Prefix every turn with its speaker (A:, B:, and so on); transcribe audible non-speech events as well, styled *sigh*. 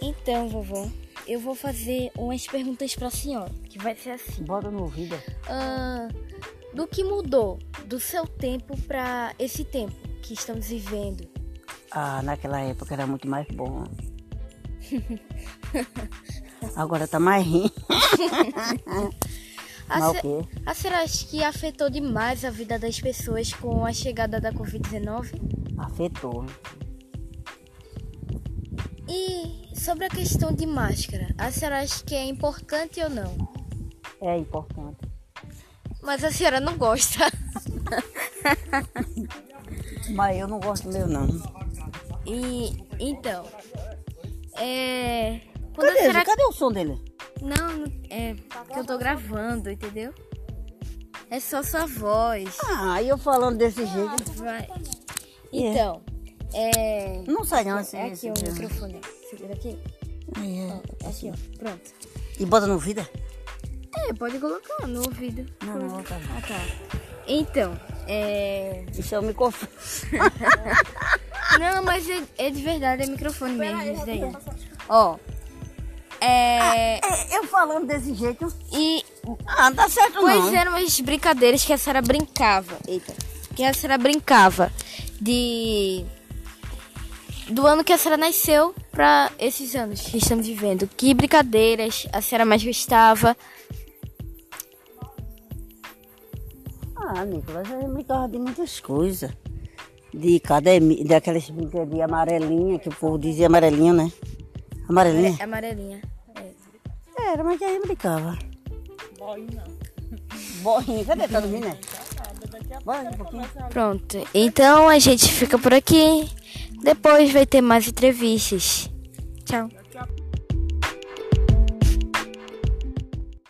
A: Então, vovó, eu vou fazer umas perguntas para a senhora, que vai ser assim.
B: Bota no ouvido.
A: Ah, do que mudou do seu tempo para esse tempo que estamos vivendo?
B: Ah, naquela época era muito mais
A: *laughs*
B: bom. Agora tá mais rindo.
A: A,
B: Mas o
A: se-
B: quê?
A: a senhora acha que afetou demais a vida das pessoas com a chegada da Covid-19?
B: Afetou.
A: E sobre a questão de máscara, a senhora acha que é importante ou não?
B: É importante.
A: Mas a senhora não gosta. *laughs*
B: Mas eu não gosto do meu, não.
A: E então, é. Quando
B: Cadê,
A: a senhora.
B: ele? Cadê o som dele?
A: Não, não- é que eu tô gravando, entendeu? É só sua voz.
B: Ah, eu falando desse jeito.
A: Vai. Então, é.
B: Não sai não esse,
A: É aqui
B: esse
A: o
B: dedo.
A: microfone. ó. Segura aqui. assim,
B: É.
A: Ó, Aqui, ó. Pronto.
B: E bota no ouvido?
A: É, pode colocar no ouvido.
B: Não, não, tá bom.
A: Ah, tá. Então, é.
B: Isso é o microfone.
A: Não, mas é, é de verdade, é microfone mesmo, isso daí. Ó. É.
B: É, eu falando desse jeito.
A: E
B: Ah, não dá certo
A: Quais
B: não.
A: eram as brincadeiras que a senhora brincava? Eita. Que a senhora brincava de. Do ano que a senhora nasceu pra esses anos que estamos vivendo. Que brincadeiras a senhora mais gostava?
B: Ah, Nicolas, eu brincava de muitas coisas. De academia, daquelas brincadeiras de amarelinha, que o povo dizia amarelinha, né? Amarelinha?
A: É, Amarelinha. É.
B: Era, mas aí brincava. Boinha. Boinha, cadê? Tá dormindo, né? Bora aqui um pouquinho.
A: Pronto. Então a gente fica por aqui. Depois vai ter mais entrevistas. Tchau.